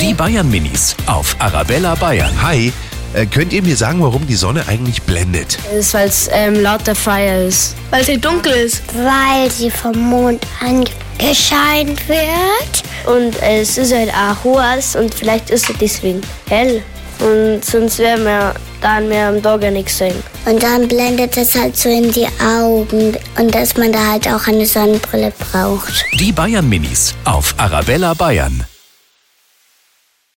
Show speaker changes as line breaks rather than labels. Die Bayern Minis auf Arabella Bayern.
Hi, äh, könnt ihr mir sagen, warum die Sonne eigentlich blendet?
ist, weil es ähm, lauter Feier ist. Weil es hier dunkel ist.
weil sie vom Mond angescheint wird.
Und es ist halt auch hohes und vielleicht ist es deswegen hell. Und sonst werden wir dann mehr am Tag ja nichts sehen.
Und dann blendet es halt so in die Augen und dass man da halt auch eine Sonnenbrille braucht.
Die Bayern Minis auf Arabella Bayern.